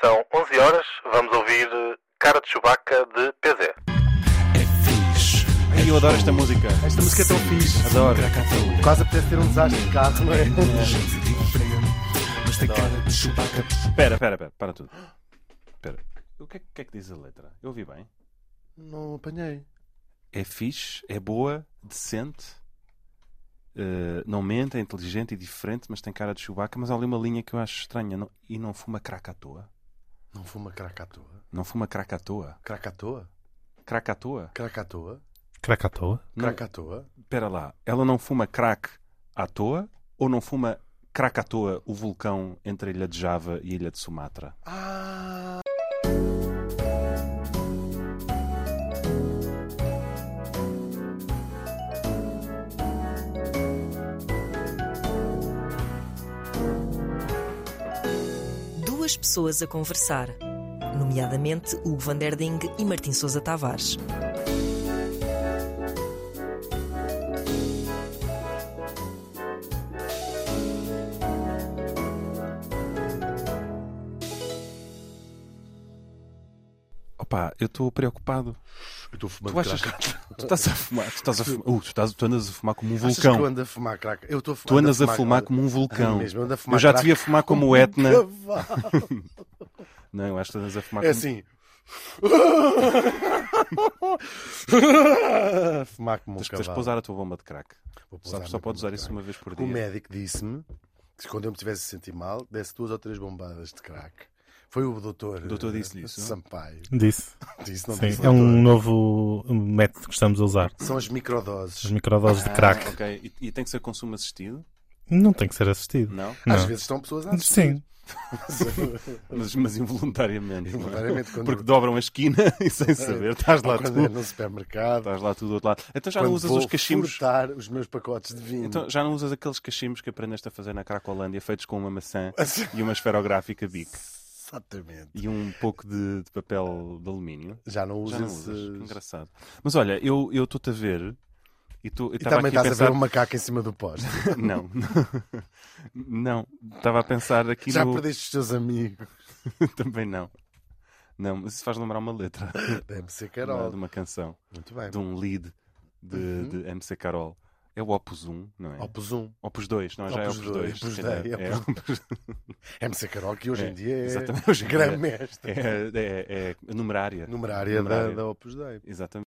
São 11 horas, vamos ouvir eh, Cara de Chewbacca de PZ. Ai, eu adoro esta música. Esta música é tão fixe. Adoro. Quase apetece ter um desastre de carro, não é? Espera, espera, espera, para tudo. Espera. O que é, o que é que diz a letra? Eu ouvi bem. Não apanhei. É fixe, é boa, decente, eh, não mente, é inteligente e diferente, mas tem cara de Chewbacca, mas há ali uma linha que eu acho estranha. Não- e não fuma crack à toa? Não fuma crack à toa. Não fuma crack à toa? Crack à toa? Crack à toa? Crack à toa? Krakatoa? Não, Crack à toa? Espera lá, ela não fuma crack à toa ou não fuma crack à toa o vulcão entre a ilha de Java e a ilha de Sumatra? Ah! Duas pessoas a conversar, nomeadamente Hugo van der Ding e Martin Sousa Tavares. Opa, eu estou preocupado. Eu estou fumando Tu achas crack. que tu estás a fumar? Tu, estás a fumar, uh, tu, estás, tu andas a fumar como um Achas que eu vulcão. ando a fumar crack? Eu estou a Tu fumar. andas a fumar como um vulcão. Ando mesmo, ando a fumar um Eu já te crack via fumar como o Etna. Cavalo. Não, eu acho que tu andas a fumar É como. assim. Fumar como um Tens, tens de cavalo. pousar a tua bomba de crack. Vou pousar Sabes, a só minha podes bomba usar de isso crack. uma vez por O dia. médico disse-me que quando eu me tivesse a sentir mal, desse duas ou três bombadas de crack. Foi o doutor, O doutor eh, disse-lhe isso? é? Sampaio. Disse. Disse, não Sim, disse, é um doutor. novo método que estamos a usar. São as As microdoses. microdoses de crack. Ah, ok. E, e tem que ser consumo assistido? Não tem que ser assistido. Não? Não. Às vezes estão pessoas a assistir. Sim. Mas, mas involuntariamente. não é? Involuntariamente, eh, quando- Porque dobram a esquina e sem saber. Estás lá Ou quando é tu. no supermercado. Estás lá tu do outro lado. Então já quando não usas vou os cachimbos. furtar os meus pacotes de vinho. Então já não usas aqueles cachimbos que aprendeste a fazer na Cracolândia, feitos com uma maçã Assim- e uma esferográfica bic Exatamente. e um pouco de, de papel de alumínio. Já não eh, Já uso não esses... usas. Que engraçado. Mas olha, eu eu estou-te a ver e tu eu E estava também aqui a estás a pensar. ver um macaco em cima do poste. Não, não, estava a pensar aqui Já no. perdeste os teus amigos. Também não. Não, mas isso faz lembrar uma letra Deve ser uma- Carol. de uma canção, Muito bem. de um lead de, de MC Carol. É o Opus 1, não é? Opus 1. Opus 2, não, já é Opus Opus 2. dois, Opus se calhar. dei, É Opus- Opus MC Carol, que hoje É, em dia é exatamente, hoje em dia grande mestre. É, é, é numerária. Numerária, da, Numerária. da Opus Dei. Exatamente.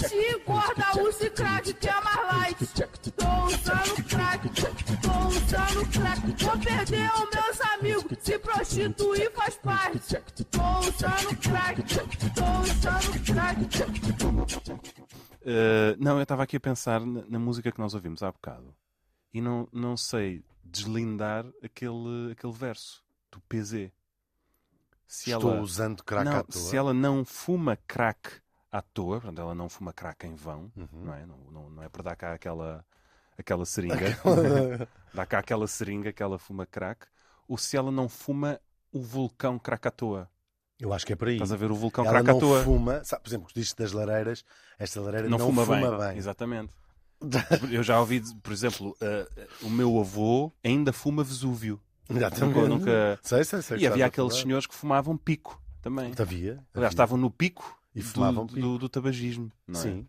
é Ti, corda, urso e crack, que é mais light. Tô usando crack, tô usando crack. Vou perder os meus amigos, se prostituir faz parte. Tô usando crack, tô usando crack. Uh, não, eu estava aqui a pensar na, na música que nós ouvimos há bocado e não, não sei deslindar aquele, aquele verso do PZ. Se Estou ela- usando crack não, à toa. Se ela não fuma crack à toa, portanto, ela não fuma crack em vão, Uhum. não é? Não, não, não é para dar cá aquela, aquela seringa. Dá cá aquela seringa que ela fuma crack. Ou se ela não fuma o vulcão crack à toa. Eu acho que é por aí. Estás a ver o vulcão ela crack à não toa. fuma, sabe, por exemplo, diz das lareiras, esta lareira não, não, fuma, bem. bem. Exatamente. Eu já ouvi, por exemplo, eh, o meu avô ainda fuma Vesúvio. Exatamente. Nunca- nunca- Sei, sei, sei. E havia aqueles senhores. senhores que fumavam pico também. Havia. havia. Aliás, estavam no pico E do- fumavam do, pico. do tabagismo. não é? Sim.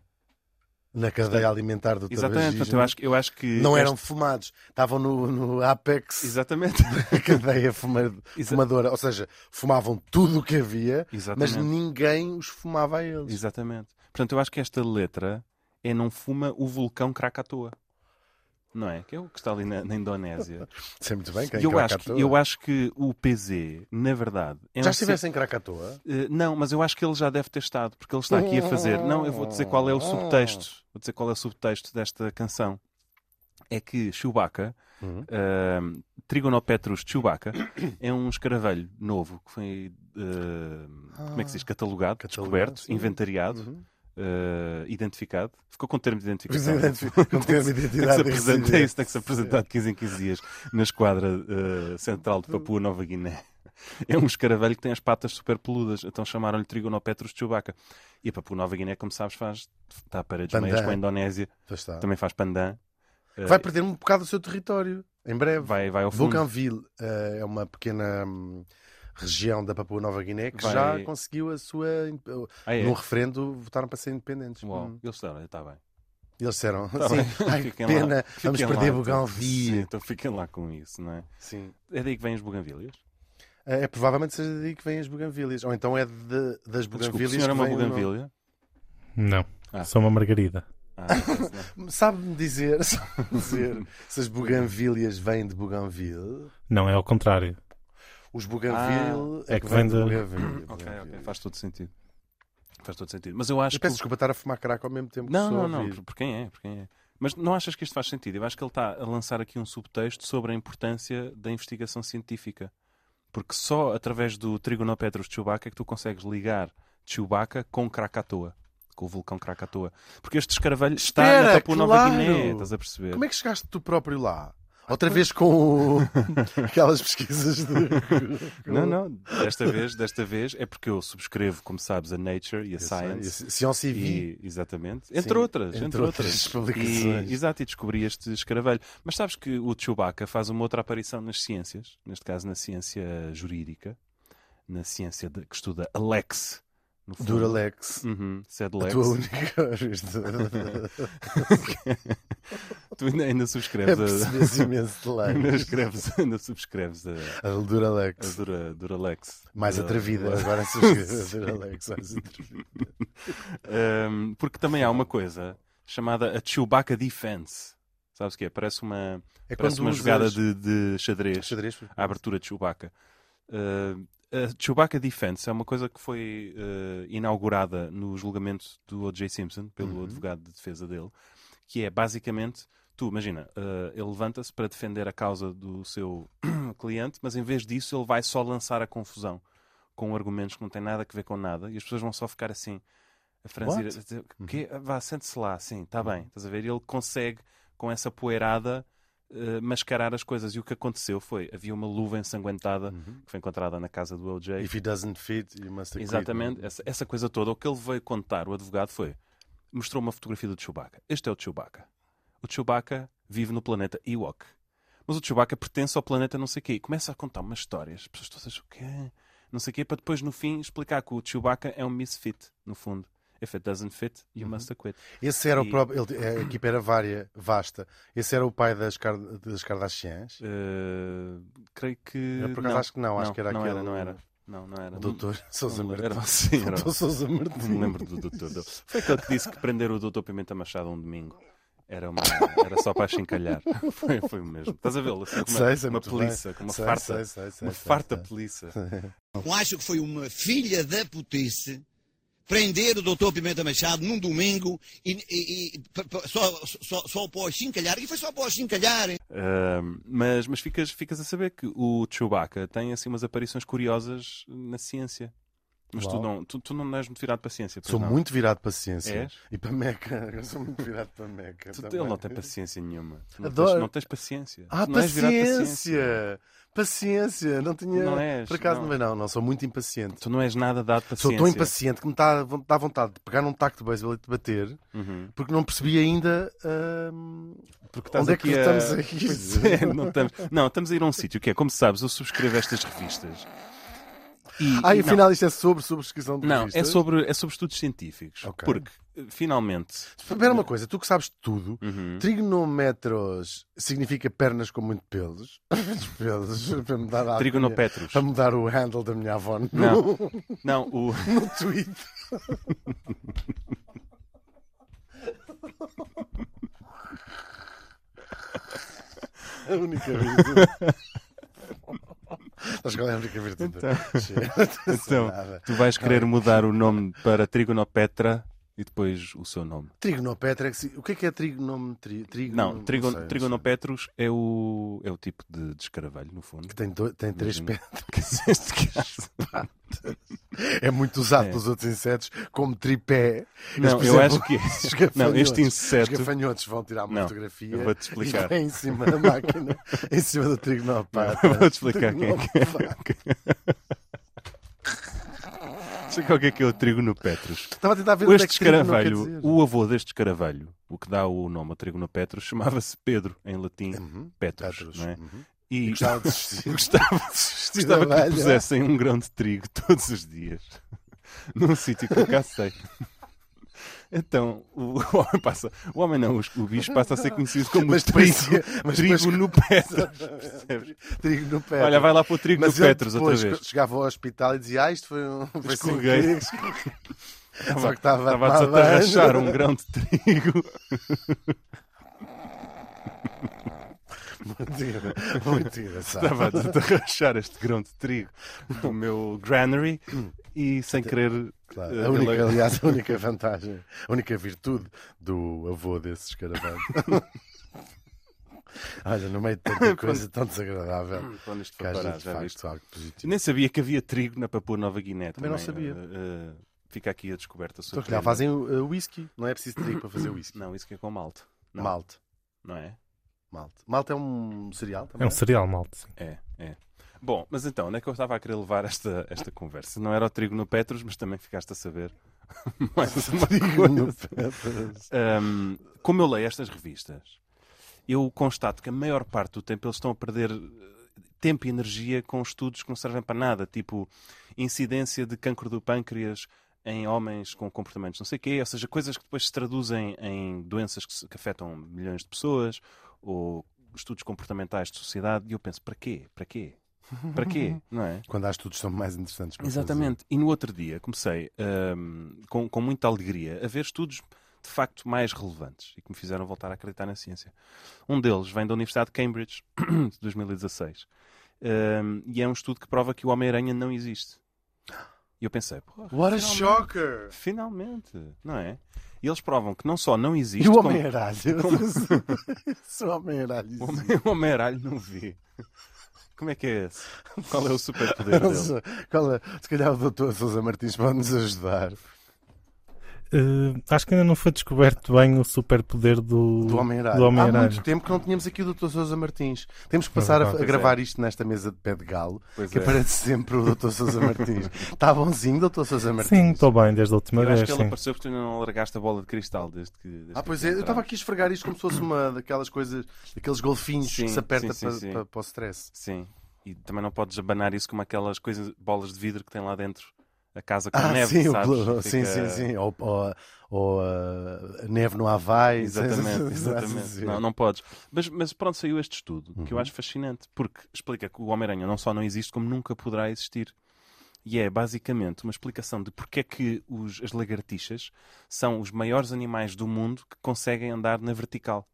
Na cadeia alimentar do Exatamente. Portanto, tabagismo. eu acho, que- eu acho que. Não eram este- fumados. Estavam no, no apex Exatamente. da cadeia fuma- Exa- fumadora. Ou seja, fumavam tudo o que havia, mas Exatamente. ninguém os fumava a eles. Exatamente. Portanto, eu acho que esta letra é não fuma o vulcão crack à toa. Não é? Que é o que está ali na, na Indonésia. Sei muito bem quem é E eu, craca acho à que, toa. eu acho que o PZ, na verdade. é Já um ser- estivesse em Krakatoa? Eh, não, mas eu acho que ele já deve ter estado, porque ele está aqui a fazer. Não, eu vou dizer qual é o subtexto. Vou dizer qual é o subtexto desta canção. É que Chewbacca, Uhum. ehm, Trigonopetrus Chewbacca, é um escaravelho novo que foi, ehm, como é que se diz, catalogado, Ah, catalogado, descoberto, sim. inventariado, Uhum. é, eh, identificado. Ficou com o termo de identificação. Não tem uma Tem que, se identidade apresentar, decidida. isso tem que se apresentar de 15 em 15 dias na esquadra eh, central de Papua Nova Guiné. É um escaravelho que tem as patas super peludas, então chamaram-lhe Trigonopetrus de Chewbacca. E a Papua Nova Guiné, como sabes, faz, está a paredes Pandan. meias com a Indonésia, Pois está. também faz pandan. Eh, Vai perder um bocado o seu território. Em breve. Vai, vai ao fundo. Bougainville eh, é uma pequena hum, região da Papua Nova Guiné que Vai- já conseguiu a sua. in- Ah, é? Num referendo votaram para ser independentes. Uau, Hum. eles disseram, está bem. E Eles disseram, Tá sim, bem. ai, que Fiquem pena, lá. vamos Fiquem lá, perder então. Sim, Bougainville. Então fiquem lá com isso, não é? Sim. É daí que vêm os buganvilhas? Eh, É, provavelmente seja daí que vêm as Bougainvilles. Ou então é de- das Desculpe, o Bougainvilles. senhor é que uma vem o nome. buganvilha? Não. Ah. Sou uma margarida. Ah, parece não. Sabe-me dizer, sabe-me dizer se as Bougainvilhas vêm de Bougainville? Não, é ao contrário. Os Bougainville é que vem de de- Bougainville. Ah. ok, ok, Bougainville. faz todo sentido. Faz todo sentido. Mas eu acho Eu que. peço desculpa estar a fumar crack ao mesmo tempo que Não, sou não, a não, ouvir. por, por quem é, por quem é. Mas não achas que isto faz sentido? Eu acho que ele está a lançar aqui um subtexto sobre a importância da investigação científica. Porque só através do Trigonopetros de Chewbacca é que tu consegues ligar Chewbacca com Krakatoa, com o vulcão Krakatoa. Porque este escaravelho está Espera, na Papua Nova claro! Guiné, estás a perceber? Como é que chegaste tu próprio lá? Outra vez com o- aquelas pesquisas de. Não, não, desta vez, desta vez é porque eu subscrevo, como sabes, a Nature e a Eu sei, Science. esse- Science e E, exatamente. Entre Sim, outras. entre Entre, outras outras. publicações. E, exato, e descobri este escaravelho. Mas sabes que o Chewbacca faz uma outra aparição nas ciências, neste caso na ciência jurídica, na ciência de- que estuda Alex. No fundo. Duralex. Uhum, Sad A Lex. tua única. Tu ainda, ainda subscreves a. Percebes É imenso de Ainda, lá. escreves, ainda subscreves a, A a Duralex. Dura, Duralex. Mais Dura- atrevida. Agora subscreves a Duralex. Mais atrevida. Um, porque também há uma coisa chamada a Chewbacca Defense. Sabes o que é? Parece uma, É parece uma usas jogada de, de xadrez. xadrez. a abertura de Chewbacca. Uh, a Chewbacca Defense é uma coisa que foi uh, inaugurada no julgamento do O.J. Simpson, pelo advogado de defesa dele, que é basicamente, tu imagina, uh, ele levanta-se para defender a causa do seu cliente, mas em vez disso ele vai só lançar a confusão com argumentos que não têm nada a ver com nada e as pessoas vão só ficar assim a franzir, a What? dizer, "Quê? vá, sente-se lá, sim, está bem, estás a ver? E ele consegue, com essa poeirada, eh, mascarar as coisas. E o que aconteceu foi, havia uma luva ensanguentada que foi encontrada na casa do LJ. If it doesn't fit, you must acquit. Exatamente, essa, essa coisa toda. O que ele veio contar, o advogado, foi, mostrou uma fotografia do Chewbacca. Este é o Chewbacca. O Chewbacca vive no planeta Ewok. Mas o Chewbacca pertence ao planeta não sei quê. E Começa a contar umas histórias. As pessoas todas, o quê? Não sei quê. Para depois, no fim, explicar que o Chewbacca é um misfit, no fundo. If it doesn't fit, you Uhum. must acquit. Esse era o E- próprio. ele- a equipa era vária, vasta. Esse era o pai das, Kar- das Kardashians. Eh, creio que. Eu, por acaso, acho que não, acho que era não aquele- Não era, não, não era. O doutor Sousa Não, Martins. era assim, era. Doutor Sousa Não me Martins. lembro do doutor. dele. Foi aquele que disse que prender o doutor Pimenta Machado um domingo. Era, uma, era só para achincalhar. Foi, foi mesmo. Estás a vê-lo? Assim, com uma, Sei, sei uma muito bem. peliça, com uma Sei, farta. sei, sei, sei, uma sei, farta sei. peliça. Não acho que foi uma filha da putice prender o doutor Pimenta Machado num domingo e, e- e p- p- só, só, só para o chincalhar. E foi só para o chincalhar. Ahm, mas mas ficas, ficas a saber que o Chewbacca tem assim umas aparições curiosas na ciência. Mas tu Uau. não, tu, tu não és muito virado para a ciência. pois Sou não? muito virado para a ciência. És? E para Meca. Eu sou muito virado para Meca. Tu- também. ele não tem paciência nenhuma. Tu Não, Adoro. Tens, não tens paciência. Ah, Tu não és virado para a paciência! Paciência! Não tinha. Não és, Por acaso não. não é, não. Não, sou muito impaciente. Tu não és nada dado para a Sou ciência. tão impaciente que me dá dá vontade de pegar num taco de beisebol e te bater Uhum. porque não percebi ainda hum, Porque Onde é que aqui estamos a ir? Pois é, não, estamos... não, estamos a ir a um sítio que é, como sabes, eu subscrevo estas revistas. E, Ah, e e não, afinal isto é sobre subscrição de Não, é revistas? sobre, é sobre estudos científicos. Ok. Porque, eh, finalmente. Espera uma coisa, tu que sabes de tudo, Uhum. trigonometros significa pernas com muito pelos. Muitos pelos, para mudar a Trigonopetros. Para mudar o handle da minha avó no, Ah, Não, não, o. no Twitter. A única virtude. Sabes qual é a única virtude? Chega, não sei Então, nada. tu vais querer mudar o nome para Trigonopetra e depois o seu nome. Trigonopetra, é que se- o que é que é trigonometria? Trigo- Não, trigon... sei, não sei. Trigonopetros é o... é o tipo de, de escaravelho, no fundo. Que tem, dois- tem três Imagino. pedras. Neste caso. É muito usado É. pelos outros insetos como tripé. Eles, Não, por eu exemplo, acho que. os gafanhotos- Não, este Os inseto. gafanhotos vão tirar uma Não, fotografia eu vou-te explicar. e vêm em cima da máquina, em cima do trigonopata. Vou-te explicar quem é que é. sei qual é que é o trigo no Petrus. Estava a tentar ver Este onde é que trigo não quer escaravelho, dizer. o avô deste escaravelho, o que dá o nome a trigo no Petrus, chamava-se Pedro, em latim, Uhum. Petrus. Petrus. não é? uhum. E Gostava de desistir. gostava, Desistir gostava da que lhe velha. pusessem um grão de trigo todos os dias, num sítio que eu cá sei. Então, o o homem passa, o homem não, o- o bicho passa a ser conhecido como Mas trigo, parecia- mas trigo depois- no Petrus. percebes? Trigo no Petrus. Olha, vai lá para o trigo Mas no ele Petrus outra depois vez. chegava ao hospital e dizia: Ah, isto foi um. Foi sem Escorreguei. querer, Só que estava estava a tomar banho. desatarrachar um grão de trigo. escorreguei. Muito engraçado. Estava a desatarrachar este grão de trigo do meu granary e sem querer. Hum. Claro, eh, Tá. a única, ele- aliás, a única vantagem, a única virtude do avô desse escaravelho. Olha, no meio de tanta coisa tão desagradável, Quando isto que foi às parar, vezes já viste? faz algo positivo. Nem sabia que havia trigo na Papua Nova Guiné. Também não sabia. eh, eh, fica aqui a descoberta Então, sobre. já fazem uh, whisky, não é preciso trigo para fazer whisky. Não, isso que é com malte. Não, Malte, Não é? malte. Malte é um cereal É também? um cereal, malte. sim. É, é. Bom, mas então, onde é que eu estava a querer levar esta, esta conversa? Não era o trigo no Petrus, mas também ficaste a saber mais uma No coisa. Petrus. Hum, como eu leio estas revistas, eu constato que a maior parte do tempo eles estão a perder eh, tempo e energia com estudos que não servem para nada, tipo incidência de cancro do pâncreas em homens com comportamentos não sei o quê, ou seja, coisas que depois se traduzem em doenças que, se- que afetam milhões de pessoas, ou estudos comportamentais de sociedade, e eu penso, para quê? Para quê? Para quê? Não é? Quando há estudos são mais interessantes para Exatamente. E no outro dia comecei, hum, com, com muita alegria, a ver estudos de facto mais relevantes e que me fizeram voltar a acreditar na ciência. Um deles vem da Universidade de Cambridge, de 2016, hum, e é um estudo que prova que o Homem-Aranha não existe. E eu pensei, "Porra, fazer. What a shocker! finalmente, não é? E eles provam que não só não existe, E o como- Homem-Aralho? Esse Homem-Aralho. o Homem- o Homem-Aralho não vi. Como é que é esse? Qual é o superpoder Não dele? sei. Qual é? Se calhar o doutor Sousa Martins pode nos ajudar. Eh, acho que ainda não foi descoberto bem o superpoder do, Do Homem-Aranha. do Há Homem-Aranha. muito tempo que não tínhamos aqui o Dr. Sousa Martins. Temos que passar a, Pois a gravar isto nesta mesa de pé de galo, É Pois que é. aparece sempre o Dr. Sousa Martins. Está bonzinho, Dr. Sousa Martins? Sim, estou bem desde a última Eu vez. acho que ele sim. apareceu porque tu ainda não largaste a bola de cristal desde que. desde Ah, pois que é. Eu estava entramos. aqui a esfregar isto como se fosse uma daquelas coisas, daqueles golfinhos Sim, que se aperta sim, sim, para, sim. para- para o stress. Sim. E também não podes abanar isso como aquelas coisas, bolas de vidro que tem lá dentro a casa com Ah, neve, sim, o sabes? blo- sim, Fica- sim, sim. Ou, ou- ou, ah, neve no Havaí. Exatamente, é exatamente. Sim. Não, não podes. Mas, mas pronto, saiu este estudo que eu acho fascinante porque explica que o Homem-Aranha não só não existe, como nunca poderá existir. E é basicamente uma explicação de porque é que os, as lagartixas são os maiores animais do mundo que conseguem andar na vertical.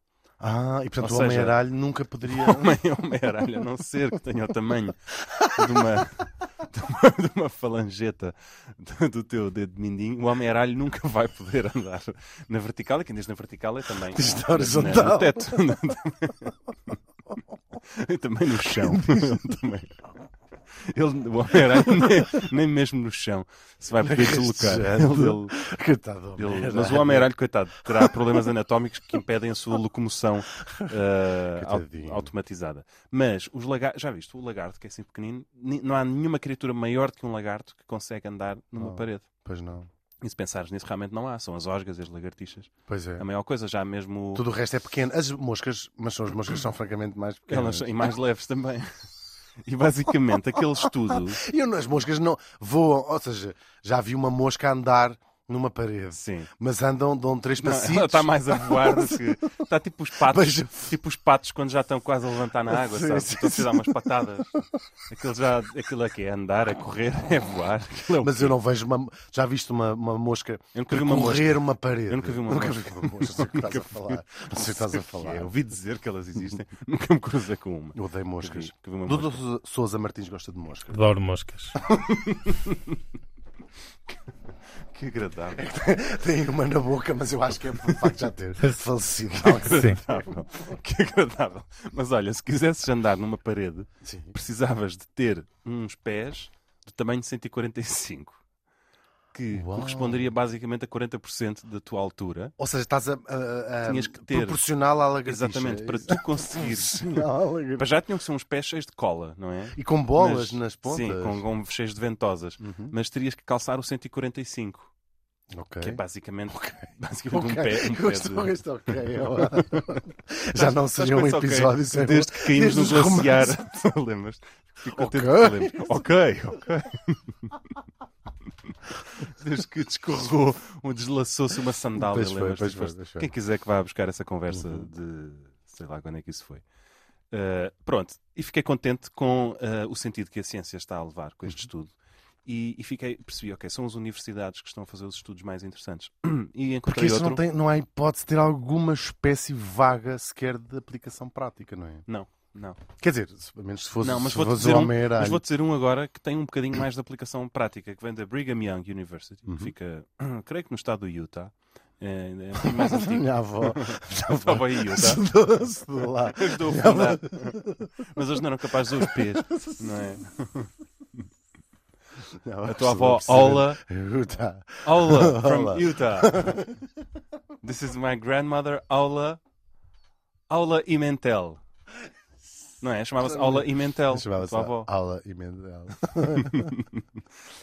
Ah, e portanto Ou o seja, Homem-Aralho nunca poderia. Homem, Homem-Aranha, é a não ser que tenha o tamanho de uma, de uma, de uma falangeta do, do teu dedo mindinho, o Homem-Aranha nunca vai poder andar na vertical. E quem diz na vertical é também Diz na na- horizontal. no teto. E também no chão. Ele também. Ele, o Homem-Aranha nem, nem mesmo no chão se vai poder deslocar. Ele- ele- Coitado do ele- Homem-Aralho. mas o Homem-Aralho, coitado, terá problemas anatómicos que impedem a sua locomoção ah, au- Coitadinho. automatizada. Mas os lagartos, já viste, o lagarto que é assim pequenino, ni- não há nenhuma criatura maior do que um lagarto que consegue andar numa Não. parede. Pois não. E se pensares nisso, realmente não há. São as osgas e as lagartixas. Pois é. A maior coisa, já mesmo. Tudo o resto é pequeno. As moscas, mas são as moscas que são francamente mais Elas pequenas. são- e mais leves também. E basicamente, aquele estudo. E eu- as moscas não voam, ou seja, já vi uma mosca andar numa parede, Sim. mas andam, dão três Não, passinhos. ela está mais a voar do que. Está tipo os patos. Beija- Tipo os patos quando já estão quase a levantar na água, Sim, sabe? sim, Estão a dar umas patadas. Aquilo, já, aquilo é que é andar, é correr, é voar. Aquilo é o Mas quê? eu não vejo uma. Já viste uma, uma mosca Eu nunca vi uma correr uma parede? Eu nunca vi uma mosca. vi uma mosca. Não sei o que estás a falar. Não sei o que estás a É, falar. eu ouvi dizer que elas existem, nunca me cruzei com uma. Eu odeio Que moscas. vi- que vi uma Dudu Souza Martins gosta de moscas. Adoro moscas. Que agradável. Tem uma na boca, mas eu acho que é por facto já ter falecido. Sim. Que agradável. Mas olha, se quisesses andar numa parede, Sim. precisavas de ter uns pés do tamanho de 145. que Uau. corresponderia basicamente a 40% da tua altura. Ou seja, estás a, a, a- Tinhas que ter- proporcional à lagartixa. Exatamente, é para Isso. tu conseguires. Proporcional à lagartixa. Para já tinham que ser uns pés cheios de cola, não é? E com bolas Mas- nas pontas. Sim, com, com cheios de ventosas. Uhum. Mas terias que calçar o 145, Ok. que é basicamente, Ok, basicamente um pé. Um eu pé estou, de... estou ok. Eu- Já não Estás seria um com esse é ok? episódio sem Desde que caímos desde no os glaciar. Lembras? Fico Ok. contente que te lembres. Ok, ok. Desde que descorregou, um deslaçou-se uma sandália. Pois foi, lembras-te? pois foi, Foste- pois foi. Uhum. Quem quiser que vá buscar essa conversa de sei lá quando é que isso foi. Uh, pronto, e fiquei contente com uh, o sentido que a ciência está a levar com este Uhum. estudo. E, e fiquei, percebi, ok, são as universidades que estão a fazer os estudos mais interessantes. Porque E encontrei isso outro. não, tem, não há hipótese de ter alguma espécie vaga sequer de aplicação prática, não é? Não, não. Quer dizer, se- a menos se fosse, Não, mas se vou-te fosse dizer, o um, Homem-Aranha. mas vou dizer um agora que tem um bocadinho mais de aplicação prática, que vem da Brigham Young University, Uhum. que fica, creio que no estado do Utah. É, é um bocadinho mais antigo. Minha avó. Não estava aí, Utah. Estudou- estudou lá. Eu Estou a fundar. Mas eles não eram capazes de os pés, não é? Não, A estou tua avó, perceber. Ola, Eu- tá. Ola, from Ola. Utah. This is my grandmother, Ola, Ola Imentel. Não é? Chamava-se Ola Imentel, a Chamava-se tua avó. Aula Emendel.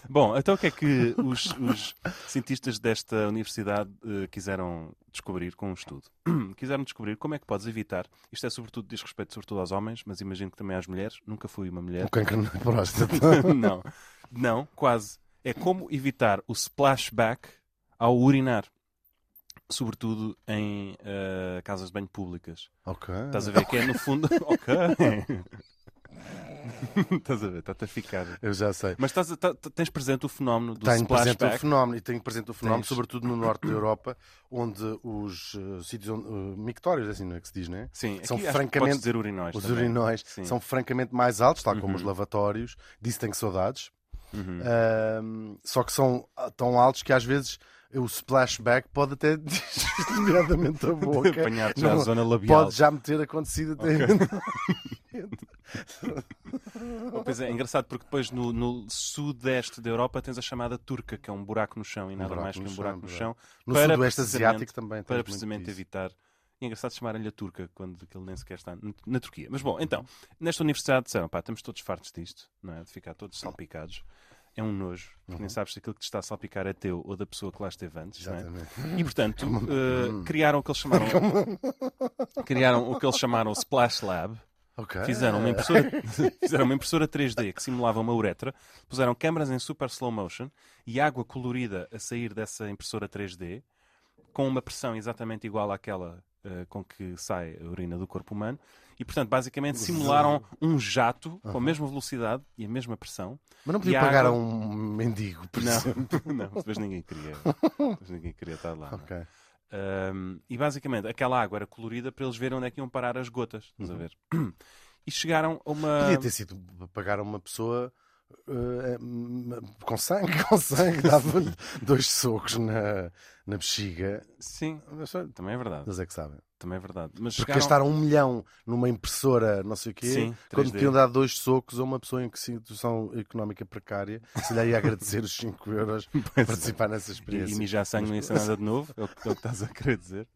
Bom, então o que é que os, os cientistas desta universidade eh, quiseram descobrir com o estudo? quiseram descobrir como é que podes evitar, isto é sobretudo, diz respeito sobretudo aos homens, mas imagino que também às mulheres, nunca fui uma mulher. O cancro na próstata. não, não, quase. É como evitar o splashback ao urinar, sobretudo em eh, casas de banho públicas. Ok. Estás a ver que é no fundo... ok. Estás a ver, está-te a ficar... Eu já sei. Mas estás a- tá- tá- tens presente o fenómeno do Tenho presente o splashback? fenómeno, e tenho presente o fenómeno, Tens. sobretudo no norte da Europa, onde os eh, sítios onde, eh, mictórios, é assim não é que se diz, não é? Sim, São aqui acho que francamente- podes dizer urinóis. Os também. urinóis Sim. são francamente mais altos, tal como os lavatórios, disso tenho saudades. Uhum. Ahm, só que são ah, tão altos que às vezes o splashback pode até nomeadamente a boca. Apanhar-te já a Não, zona labial. Pode já me ter acontecido até. então. Oh, Pois é, é engraçado porque depois no, no sudeste da Europa tens a chamada turca, que é um buraco no chão e nada buraco mais que no um chão, buraco no verdade. chão. No para sudoeste precisamente- asiático também. temos para muito precisamente disso. evitar. E é engraçado chamarem-lhe a turca quando aquele nem sequer está na- na Turquia. Mas bom, então, nesta universidade disseram, pá, estamos todos fartos disto, não é? De ficar todos salpicados. É um nojo, porque Uhum. nem sabes se aquilo que te está a salpicar é teu ou da pessoa que lá esteve antes, não é? Exatamente. E portanto, eh, criaram o que eles chamaram criaram o que eles chamaram Splash Lab. Ok. Fizeram uma impressora, fizeram uma impressora 3D que simulava uma uretra, puseram câmaras em super slow motion e água colorida a sair dessa impressora 3D com uma pressão exatamente igual àquela eh, com que sai a urina do corpo humano. E portanto, basicamente simularam um jato com a mesma velocidade e a mesma pressão. Mas não E podia a pagar a água- um mendigo, por exemplo. Não, não, depois ninguém queria. Depois ninguém queria estar lá. não é? Ok. Um, e basicamente aquela água era colorida para eles verem onde é que iam parar as gotas. Estás a ver? E chegaram a uma. Uhum. Podia ter sido pagar a uma pessoa eh, m- com sangue, com sangue, dava-lhe dois socos na, na bexiga. Sim, Mas só- também é verdade. Eles é que sabem. Também é verdade. Mas Porque chegaram... gastaram um milhão numa impressora, não sei o quê, Sim, quando 3D. tinham dado dois socos a uma pessoa em que situação económica precária, se lhe ia agradecer os 5 euros por participar nessa é. E, e experiência. mijar sangue não ia ser nada de novo, é o que, é o que estás a querer dizer.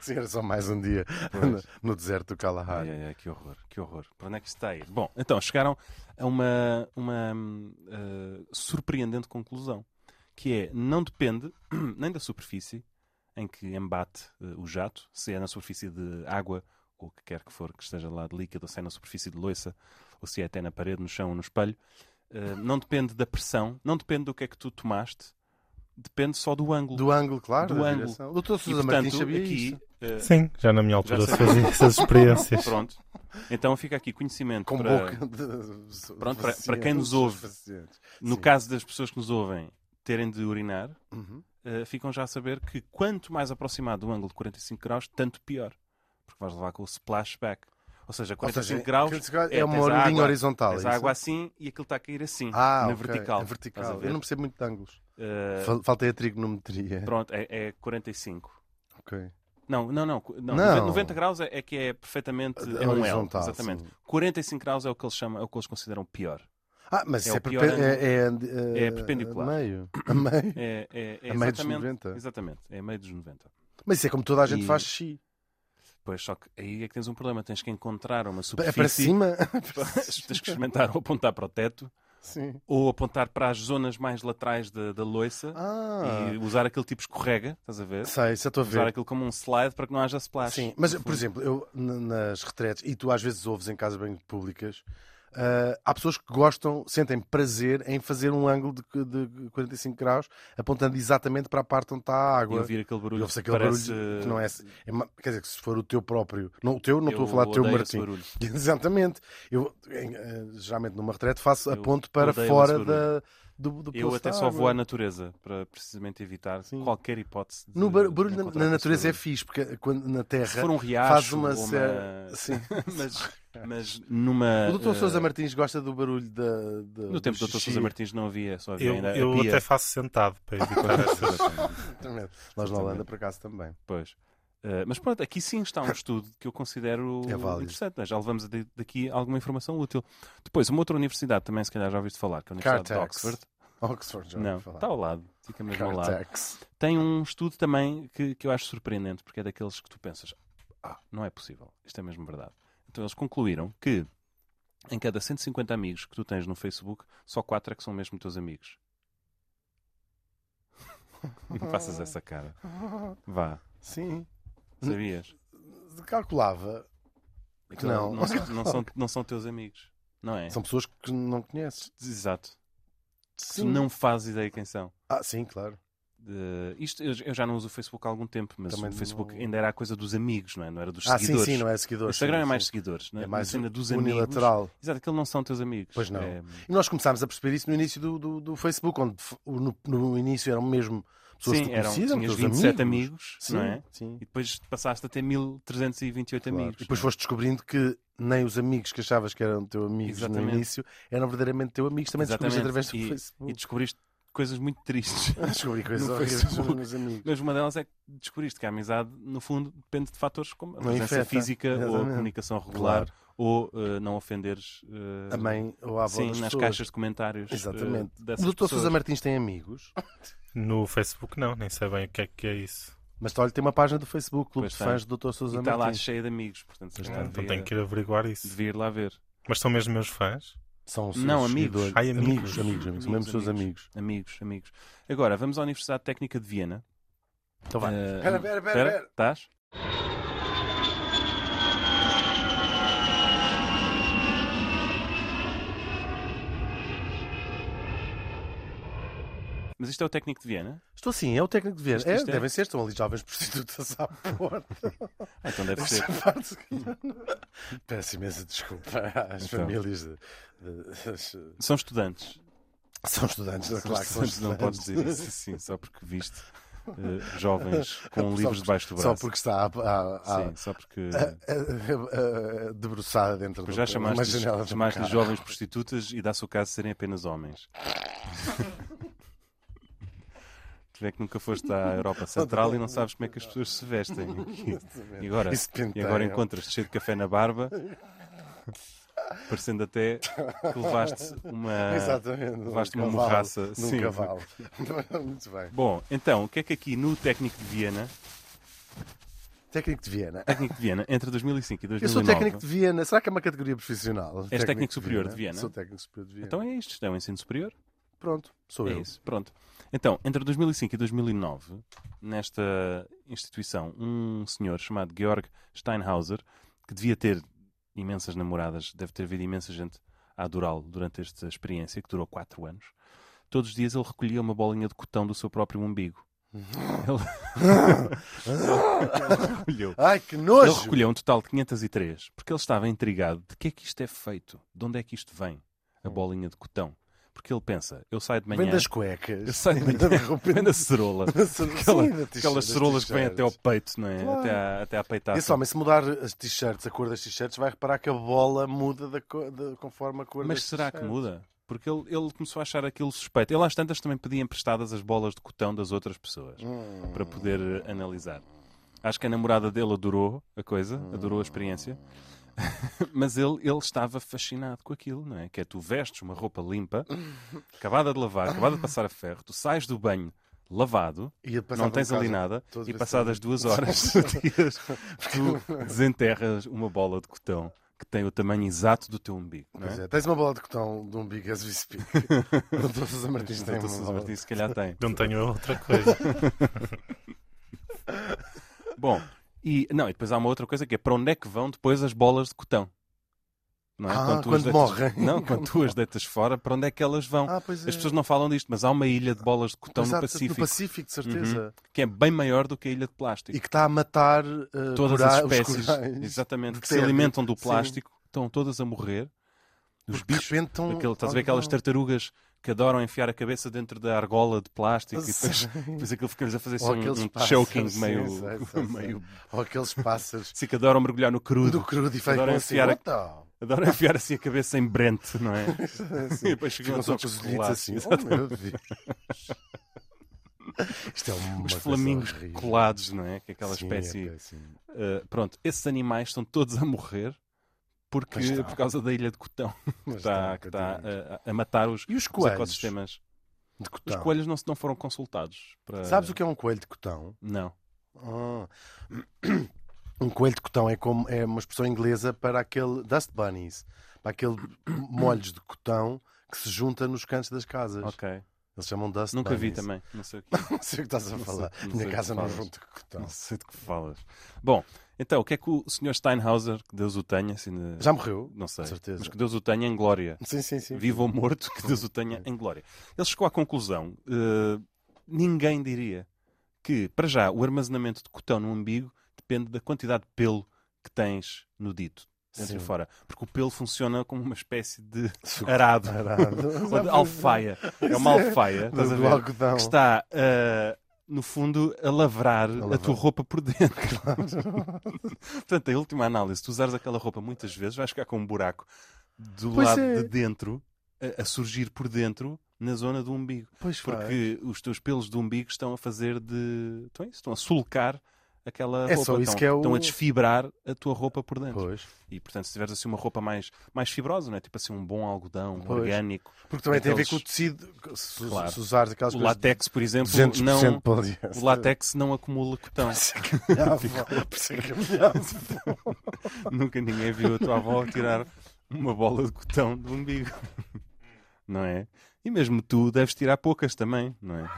Sim, era só mais um dia Pois. no deserto do Ai, Kalahari. ai, ai, que horror, que horror. Para onde é que isto está a ir? Bom, então chegaram a uma, uma hum, eh, surpreendente conclusão, que é, não depende nem da superfície em que embate eh, o jato, se é na superfície de água ou o que quer que for que esteja lá de líquido, ou se é na superfície de loiça, ou se é até na parede, no chão ou no espelho, eh, não depende da pressão, não depende do que é que tu tomaste, depende só do ângulo. Do ângulo, claro, Do da ângulo. direção. O doutor E Sousa portanto, Martins sabia aqui... isso. eh, Sim, já na minha altura Já se sei. fazia essas experiências. Pronto. Então fica aqui conhecimento Com para, boca de... Pronto, para- para quem nos ouve. Pacientes. no Sim. caso das pessoas que nos ouvem terem de urinar, Uhum. eh, ficam já a saber que quanto mais aproximado do ângulo de 45 graus, tanto pior. Porque vais levar com o splashback. Ou seja, 45 seja, graus 45 graus é tens uma a linha água- horizontal, Tens é a isso? água assim e aquilo está a cair assim, Ah, na ok, vertical. na Estás vertical. a ver? Eu não percebo muito de ângulos. Eh, Fal- Faltei a trigonometria. pronto, é, é 45. É Ok. Não, não, não. cu- não, Não. 90, 90 graus é, é que é perfeitamente. É um L. Horizontal, Exatamente. sim. 45 graus é o que eles chamam, é o que eles consideram pior. Ah, mas É isso o é, pior perpe- ano. é, é, É perpendicular. A meio. A meio. É, é, é A meio dos exatamente, 90. Exatamente, é meio dos 90. Mas isso é como toda a gente E- faz xi. Pois, só que aí é que tens um problema, tens que encontrar uma É superfície... para cima? tens que experimentar ou apontar para o teto, Sim. ou apontar para as zonas mais laterais da, da loiça, Ah, e usar aquele tipo escorrega, estás a ver? sei, isso eu estou a Usar ver. aquilo como um slide para que não haja splash. Sim, mas No por fundo. exemplo, eu n- nas retretes, e tu às vezes ouves em casas bem públicas, ah, há pessoas que gostam, sentem prazer em fazer um ângulo de, de 45 graus apontando exatamente para a parte onde está a E água. ouvir aquele E barulho ouve-se aquele parece... barulho que não é, é ma- Quer dizer, que se for o teu próprio, não o teu, não Eu estou a falar do teu odeio Martim. esse barulho. Exatamente. Eu, em, eh, geralmente numa retrete, faço Eu aponto para odeio fora esse barulho. da, do, do Eu poço até de só água. vou à natureza para precisamente evitar Sim. qualquer hipótese de. No bar- barulho de na, encontrar na com esse natureza é barulho. fixe, porque quando na Se terra for um riacho, faz uma ou série. Sim. mas, mas numa. O doutor eh, Sousa Martins gosta do barulho da, da- No tempo do Dr. xixi. Sousa Martins não havia, só havia Eu, ainda. eu a pia. até faço sentado para evitar essas. Exatamente. Nós na Holanda, por acaso, também. Pois. Eh, mas pronto, aqui sim está um estudo que eu considero É válido. interessante. né? Já levamos de- daqui alguma informação útil. Depois, uma outra universidade também, se calhar já ouviste falar, que é a Universidade de Cartex. Oxford. Oxford, já ouvi Não, falar. está ao lado, fica mesmo ao lado. Cartex. Tem um estudo também que, que eu acho surpreendente, porque é daqueles que tu pensas, ah, não é possível, isto é mesmo verdade. Então eles concluíram que em cada 150 amigos que tu tens no Facebook, só 4 é que são mesmo teus amigos. não faças essa cara. Vá, Sim. sabias? Calculava. Aquilo Não. Não, são, não, são, não são teus amigos, não é? São pessoas que não conheces. Exato. Tu Sim. não fazes ideia quem são. Ah, sim, claro. De- isto eu, eu já não uso o Facebook há algum tempo, mas Também o Facebook não- ainda era a coisa dos amigos, não é? Não era dos Ah, sim, seguidores. sim, não é O seguidor. Instagram sim, é mais sim. seguidores, né? É mais Na cena dos amigos. unilateral. Exato, aquilo não são teus amigos. Pois não. É, E nós começámos a perceber isso no início do, do, do Facebook, onde f- o- no, no início eram mesmo pessoas que sim, tu eram, conhecias, eram tinhas teus 27 amigos. amigos, Sim, não é? sim. E depois passaste a ter 1328 Claro. amigos. E depois não é? foste descobrindo que nem os amigos que achavas que eram teus amigos no Exatamente. início eram verdadeiramente teus amigos, também descobriste através do e, Facebook. e descobriste coisas muito tristes. Descobri coisas no horríveis Facebook. nos amigos. Mas uma delas é que descobriste que a amizade, no fundo, depende de fatores como a Não presença infecta. física ou a Exatamente. comunicação regular ou eh, não ofenderes eh, A mãe ou a avó sim, das nas pessoas. caixas de comentários. eh, Exatamente. dessas o doutor pessoas. Sousa Martins tem amigos, No Facebook não, nem sei bem o que é que é isso. mas olha, tem uma página do Facebook, Clube Pois de tem. Fãs do Dr. E Sousa está lá Martins. cheia de amigos, portanto, se Pois calhar não, então devia- tenho que ir averiguar isso. devia ir lá ver. Mas são mesmo meus fãs? São os Não, seus amigos. seguidores. Ai, amigos. amigos, amigos, amigos, são mesmo Amigos, seus amigos. Amigos, amigos. Agora, vamos à Universidade Técnica de Viena. Então vá. Eh, Espera, espera, espera, espera, espera. Estás? Mas isto é o técnico de Viena? Estou assim, é o técnico de ver. Isto- É, isto é? devem ser, estão ali jovens prostitutas à porta. Ah, então deve ser. Esta parte. Peço imensa desculpa às Então. famílias. de- de- São estudantes. São estudantes, é claro que são estudantes. não podes dizer isso assim, só porque viste eh, jovens com Só livros porque- debaixo do braço. Só porque ah. está a, a, a, Sim, só porque. a- a- debruçada dentro Pois do, já uma chamaste, janela de um chamaste carro. jovens prostitutas e dá-se o caso de serem apenas homens. tu é que nunca foste à Europa Central e não sabes como é que as pessoas se vestem. E, agora, E se penteiam. e agora encontras-te cheio de café na barba, parecendo até que levaste uma. Exatamente. um levaste uma cavalo, morraça, Num sim. cavalo. Muito bem. Bom, então, o que é que aqui no Técnico de Viena, Técnico de Viena. Técnico de Viena, entre 2005 e 2009, Eu sou técnico de Viena. Será que é uma categoria profissional? é És técnico superior de Viena? Sou técnico superior de Viena. então é isto, isto é um ensino superior. Pronto, sou É eu. isso, pronto. Então, entre 2005 e 2009, nesta instituição, um senhor chamado Georg Steinhauser, que devia ter imensas namoradas, deve ter havido imensa gente a adorá-lo durante esta experiência, que durou 4 anos, todos os dias ele recolhia uma bolinha de cotão do seu próprio umbigo. Ele, ele recolheu. Ai, que Ele nojo! recolheu um total de 503, porque ele estava intrigado de que é que isto é feito, de onde é que isto vem, a bolinha de cotão. Porque ele pensa, eu saio de manhã... Hum. Vem das cuecas. Eu saio de De manhã, repente- vem da cerola. Sim, Aquela- da t-shirt, aquelas das cerolas que vêm até ao t-shirts. peito, não é? Claro. Até, à, até à peitada. Esse homem, se mudar as t-shirts, a cor das t-shirts, vai reparar que a bola muda da co- de- conforme a cor Mas das será que t-shirts. muda? Porque ele, ele começou a achar aquilo suspeito. Ele às tantas também pedia emprestadas as bolas de cotão das outras pessoas Hum. para poder eh, analisar. Acho que a namorada dele adorou a coisa, adorou a experiência. Mas ele, ele estava fascinado com aquilo, não é? Que é tu vestes uma roupa limpa, acabada de lavar, acabada de passar a ferro, tu sais do banho lavado, E passava não tens um ali caso nada, todo e esse passadas duas horas, tu tiras- tu desenterras uma bola de cotão que tem o tamanho exato do teu umbigo. Não Pois é? é, tens uma bola de cotão de um Big as we speak. O Dr. Sousa Martins tem Doutor uma Sousa bola. Martins, se calhar tem. Não tenho outra coisa. Bom, e, não, e depois há uma outra coisa que é para onde é que vão depois as bolas de cotão? Não é? Ah, tu as quando deitas- morrem. Não, quando tu as deitas fora, para onde é que elas vão? Ah, pois é. As pessoas não falam disto, mas há uma ilha de bolas de cotão Pois no há, Pacífico, No Pacífico, de certeza. que é bem maior do que a ilha de plástico. E que está a matar uh, todas cora- as os espécies corais. exatamente, de que se terra. alimentam do Sim. plástico estão todas a morrer. Porque Os de bichos, repente estão- aquele, estás a ver aquelas tartarugas que adoram enfiar a cabeça dentro da argola de plástico e depois, Sim. depois aquilo ficamos a fazer Ou assim, um, aqueles um pássaros, choking sim, meio, sei, sei, sei. meio Ou aqueles pássaros Sim, que adoram mergulhar no crudo. do crudo e faz adoram, assim. enfiar, "What the-" a- adoram enfiar assim a cabeça em Brent, não é? Assim, E depois ficam Ficam só todos com os colados, dedos assim. Oh, exatamente. meu Deus. Isto é uma Os coisa flamingos horrível. colados, não é? Que é aquela Sim, é espécie. péssimo. Uh, pronto, esses animais estão todos a morrer porque, Pois está. por causa da ilha de Cotão que Mas está, está, tá que está coitadinhos. a- a, a matar os, E os os coelhos? ecossistemas. De Os cotão. coelhos eh, não, se- não foram consultados. Para... Sabes o que é um coelho de cotão? Não. Ah. Um coelho de cotão é, como, é uma expressão inglesa para aquele dust bunnies, para aquele molhos de cotão que se junta nos cantos das casas. Ok. Eles chamam dust Nunca vi bunnies. também. Não sei o que é. Não sei o que estás a Não sei- falar. não sei Minha o que casa não falas. junta cotão. Não sei de que falas. Bom, então, o que é que o Sr. Steinhauser, que Deus o tenha, assim, de- Já morreu? não sei, Com certeza. mas que Deus o tenha em glória. Sim, sim, sim. vivo ou morto, que Deus o tenha em glória. Ele chegou à conclusão, eh, ninguém diria que, para já, o armazenamento de cotão no umbigo depende da quantidade de pelo que tens no dito, dentro e Sim. fora. Porque o pelo funciona como uma espécie de Suco- arado, Arado. ou de alfaia. É uma alfaia, estás a Do ver? algodão. Que está, eh, no fundo, a lavrar, a lavar. tua roupa por dentro. Portanto, a última análise, tu usares aquela roupa muitas vezes, vais ficar com um buraco do Pois lado é. de dentro, a, a surgir por dentro, na zona do umbigo. Pois vai. Porque os teus pelos do umbigo estão a fazer de. Estão, a isso, estão a sulcar aquela É roupa. só isso estão, que é o- estão a desfibrar a tua roupa por dentro. Pois. E portanto, se tiveres assim uma roupa mais, mais fibrosa, não é? Tipo assim, um bom algodão, um Pois. orgânico. Porque também tem a ver Aqueles- com o tecido. Se, Claro. se usares aquelas O coisas látex, por exemplo, 200% não. poliéster. O látex não acumula cotão. é Minha avó, por isso é que a minha avó- Nunca ninguém viu a tua avó tirar uma bola de cotão do umbigo. Não é? E mesmo tu deves tirar poucas também, não é?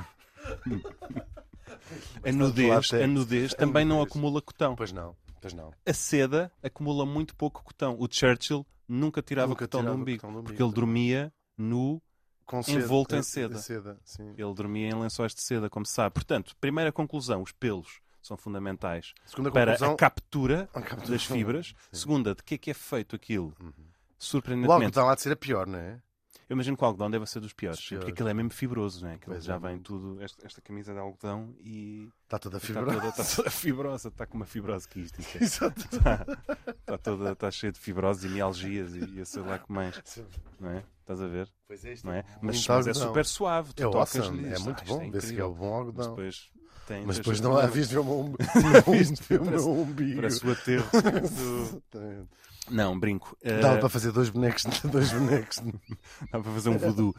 A nudez, a látex. nudez também não acumula cotão. Pois não, pois não. A seda acumula muito pouco cotão. O Churchill nunca tirava Nunca cotão do tirava umbigo, cotão do umbigo, porque ele dormia nu, Com Envolto em eh, seda. sim. ele dormia em lençóis de seda, como se sabe. Portanto, primeira conclusão, os pelos são fundamentais Segunda para conclusão, a captura a captura. das fibras. Segunda, de que é que é feito aquilo? o Surpreendentemente, Uhum. algodão há de ser a pior, não é? Eu imagino que o algodão deve ser dos piores, Dos piores. porque aquilo é mesmo fibroso, não é? Aquilo Pois já é, vem muito. tudo, esta, esta camisa de algodão e Está toda a está fibra. toda, está toda fibrosa, está com uma fibrose é quística. Exato. Está, está Tá toda, está cheia de fibrose e mialgias e, e sei lá que mais, não é? Estás a ver? Pois é, isto Não é? muito Mas, mas é algodão. super suave, tu É tocas awesome, nisso. é muito Ah, isto bom. Vê-se que é incrível. o bom Mas algodão. depois, tem Mas tens depois os não há é problemas. visto o meu umbigo. viste Não para- meu umbigo. um. Parece o aterro do... Não, brinco. Eh, Dava para fazer dois bonecos, dois bonecos. Dá para fazer um voodoo.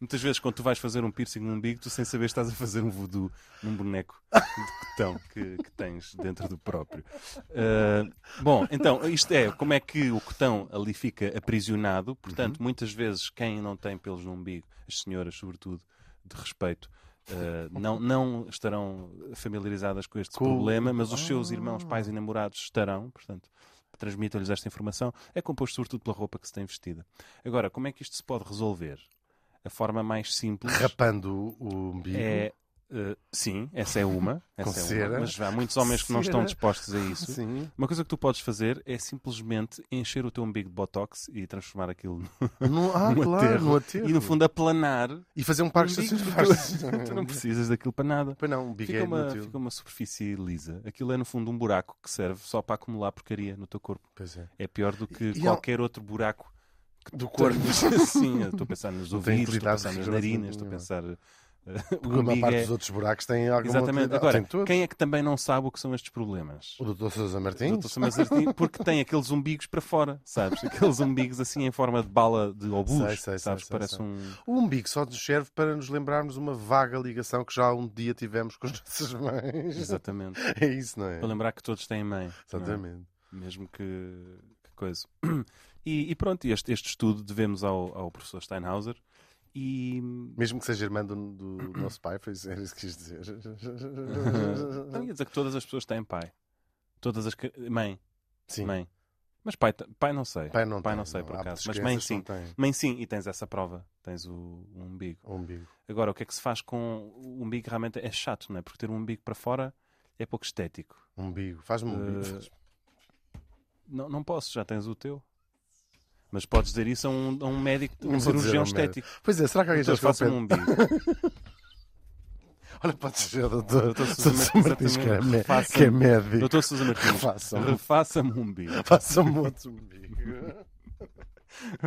Muitas vezes, quando tu vais fazer um piercing no umbigo, tu sem saber estás a fazer um voodoo num boneco de cotão que, que tens dentro do próprio. Ah, bom, então, isto é como é que o cotão ali fica aprisionado. Portanto, muitas vezes, quem não tem pelos no umbigo, as senhoras, sobretudo, de respeito. ah, não, não estarão familiarizadas com este Com- problema, mas os seus irmãos, pais e namorados estarão, portanto, transmito-lhes esta informação, é composto sobretudo pela roupa que se tem vestida. Agora, como é que isto se pode resolver? A forma mais simples Rapando o umbigo. é. eh, sim, essa é uma. Essa é uma, cera. mas há muitos homens que não estão Cera. dispostos a isso. Sim. Uma coisa que tu podes fazer é simplesmente encher o teu umbigo de botox e transformar aquilo No, ah, num claro, aterro, no aterro. e no fundo aplanar. E fazer um parque o de umbigo. estacionamento. tu não precisas daquilo para nada. Pois não, um umbigo é Fica uma, inútil. fica uma superfície lisa. Aquilo é no fundo um buraco que serve só para acumular porcaria no teu corpo. Pois é. É pior do que E- e há- qualquer outro buraco Do corpo. Sim, eu estou a pensar nos Não tem ouvidos, estou a utilidade pensar nas rigorosamente narinas, estou a nenhuma. pensar eh, né? Porque a maior parte dos outros buracos tem alguma Exatamente. utilidade. Agora, Tem tudo. quem é que também não sabe o que são estes problemas? O doutor Sousa Martins? Dr. Samuel Sartini, assim, porque tem aqueles umbigos para fora, sabes? Aqueles umbigos assim em forma de bala de obus, Sei, sei, sei, sabes? sei, Parece sei. um... O umbigo só nos serve para nos lembrarmos uma vaga ligação que já um dia tivemos com as nossas mães. Exatamente. É isso, não é? Para lembrar que todos têm mãe. não é? Exatamente. Mesmo que, que coisa. E, e pronto, este, este estudo devemos ao, ao professor Steinhauser e... Mesmo que seja irmã do, do nosso pai, foi isso, era isso que quis dizer. Não eh, então ia dizer que todas as pessoas têm pai. Todas as... que- Mãe, Sim. mãe. Mas pai, t- pai não sei. Pai não, Pai tem, não sei, por Há acaso. muitas Mas mãe crianças que não sim. têm Mãe sim, e tens essa prova. Tens o, o umbigo. o umbigo. Agora, o que é que se faz com o umbigo realmente é chato, não é? Porque ter um umbigo para fora é pouco estético. Umbigo. Faz-me um umbigo. Eh, Faz-me. Não, não posso, já tens o teu. Mas podes dizer isso a um, a um médico, a Não um vou dizer cirurgião ao médico. estético. Pois é, será que alguém já Doutor, chegou ao faça-me um pé? umbigo. um- Olha, pode ser o doutor Doutor Sousa Sousa Martins, Martins, que é exatamente. mé- Faça-me. que é médico. Doutor Sousa Martins, Faça-me. refaça-me um umbigo. Faça-me outro umbigo.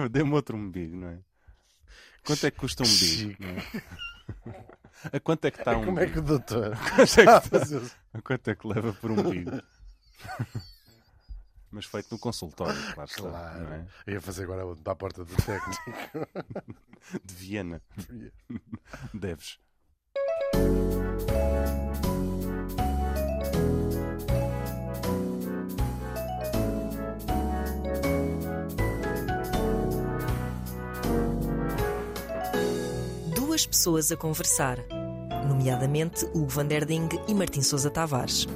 Dê-me outro umbigo, não é? Quanto é que custa um Que umbigo? chique. não é? A quanto é que está um Como é que umbigo? o doutor Quanto é está a que- fazer isso? A quanto é que leva por umbigo? Mas feito no consultório, claro. está, não é? Claro. Eu ia fazer agora outro para a porta do técnico. De Viena. Deves. Duas pessoas a conversar, nomeadamente Hugo Van Der Ding e Martin Sousa Tavares.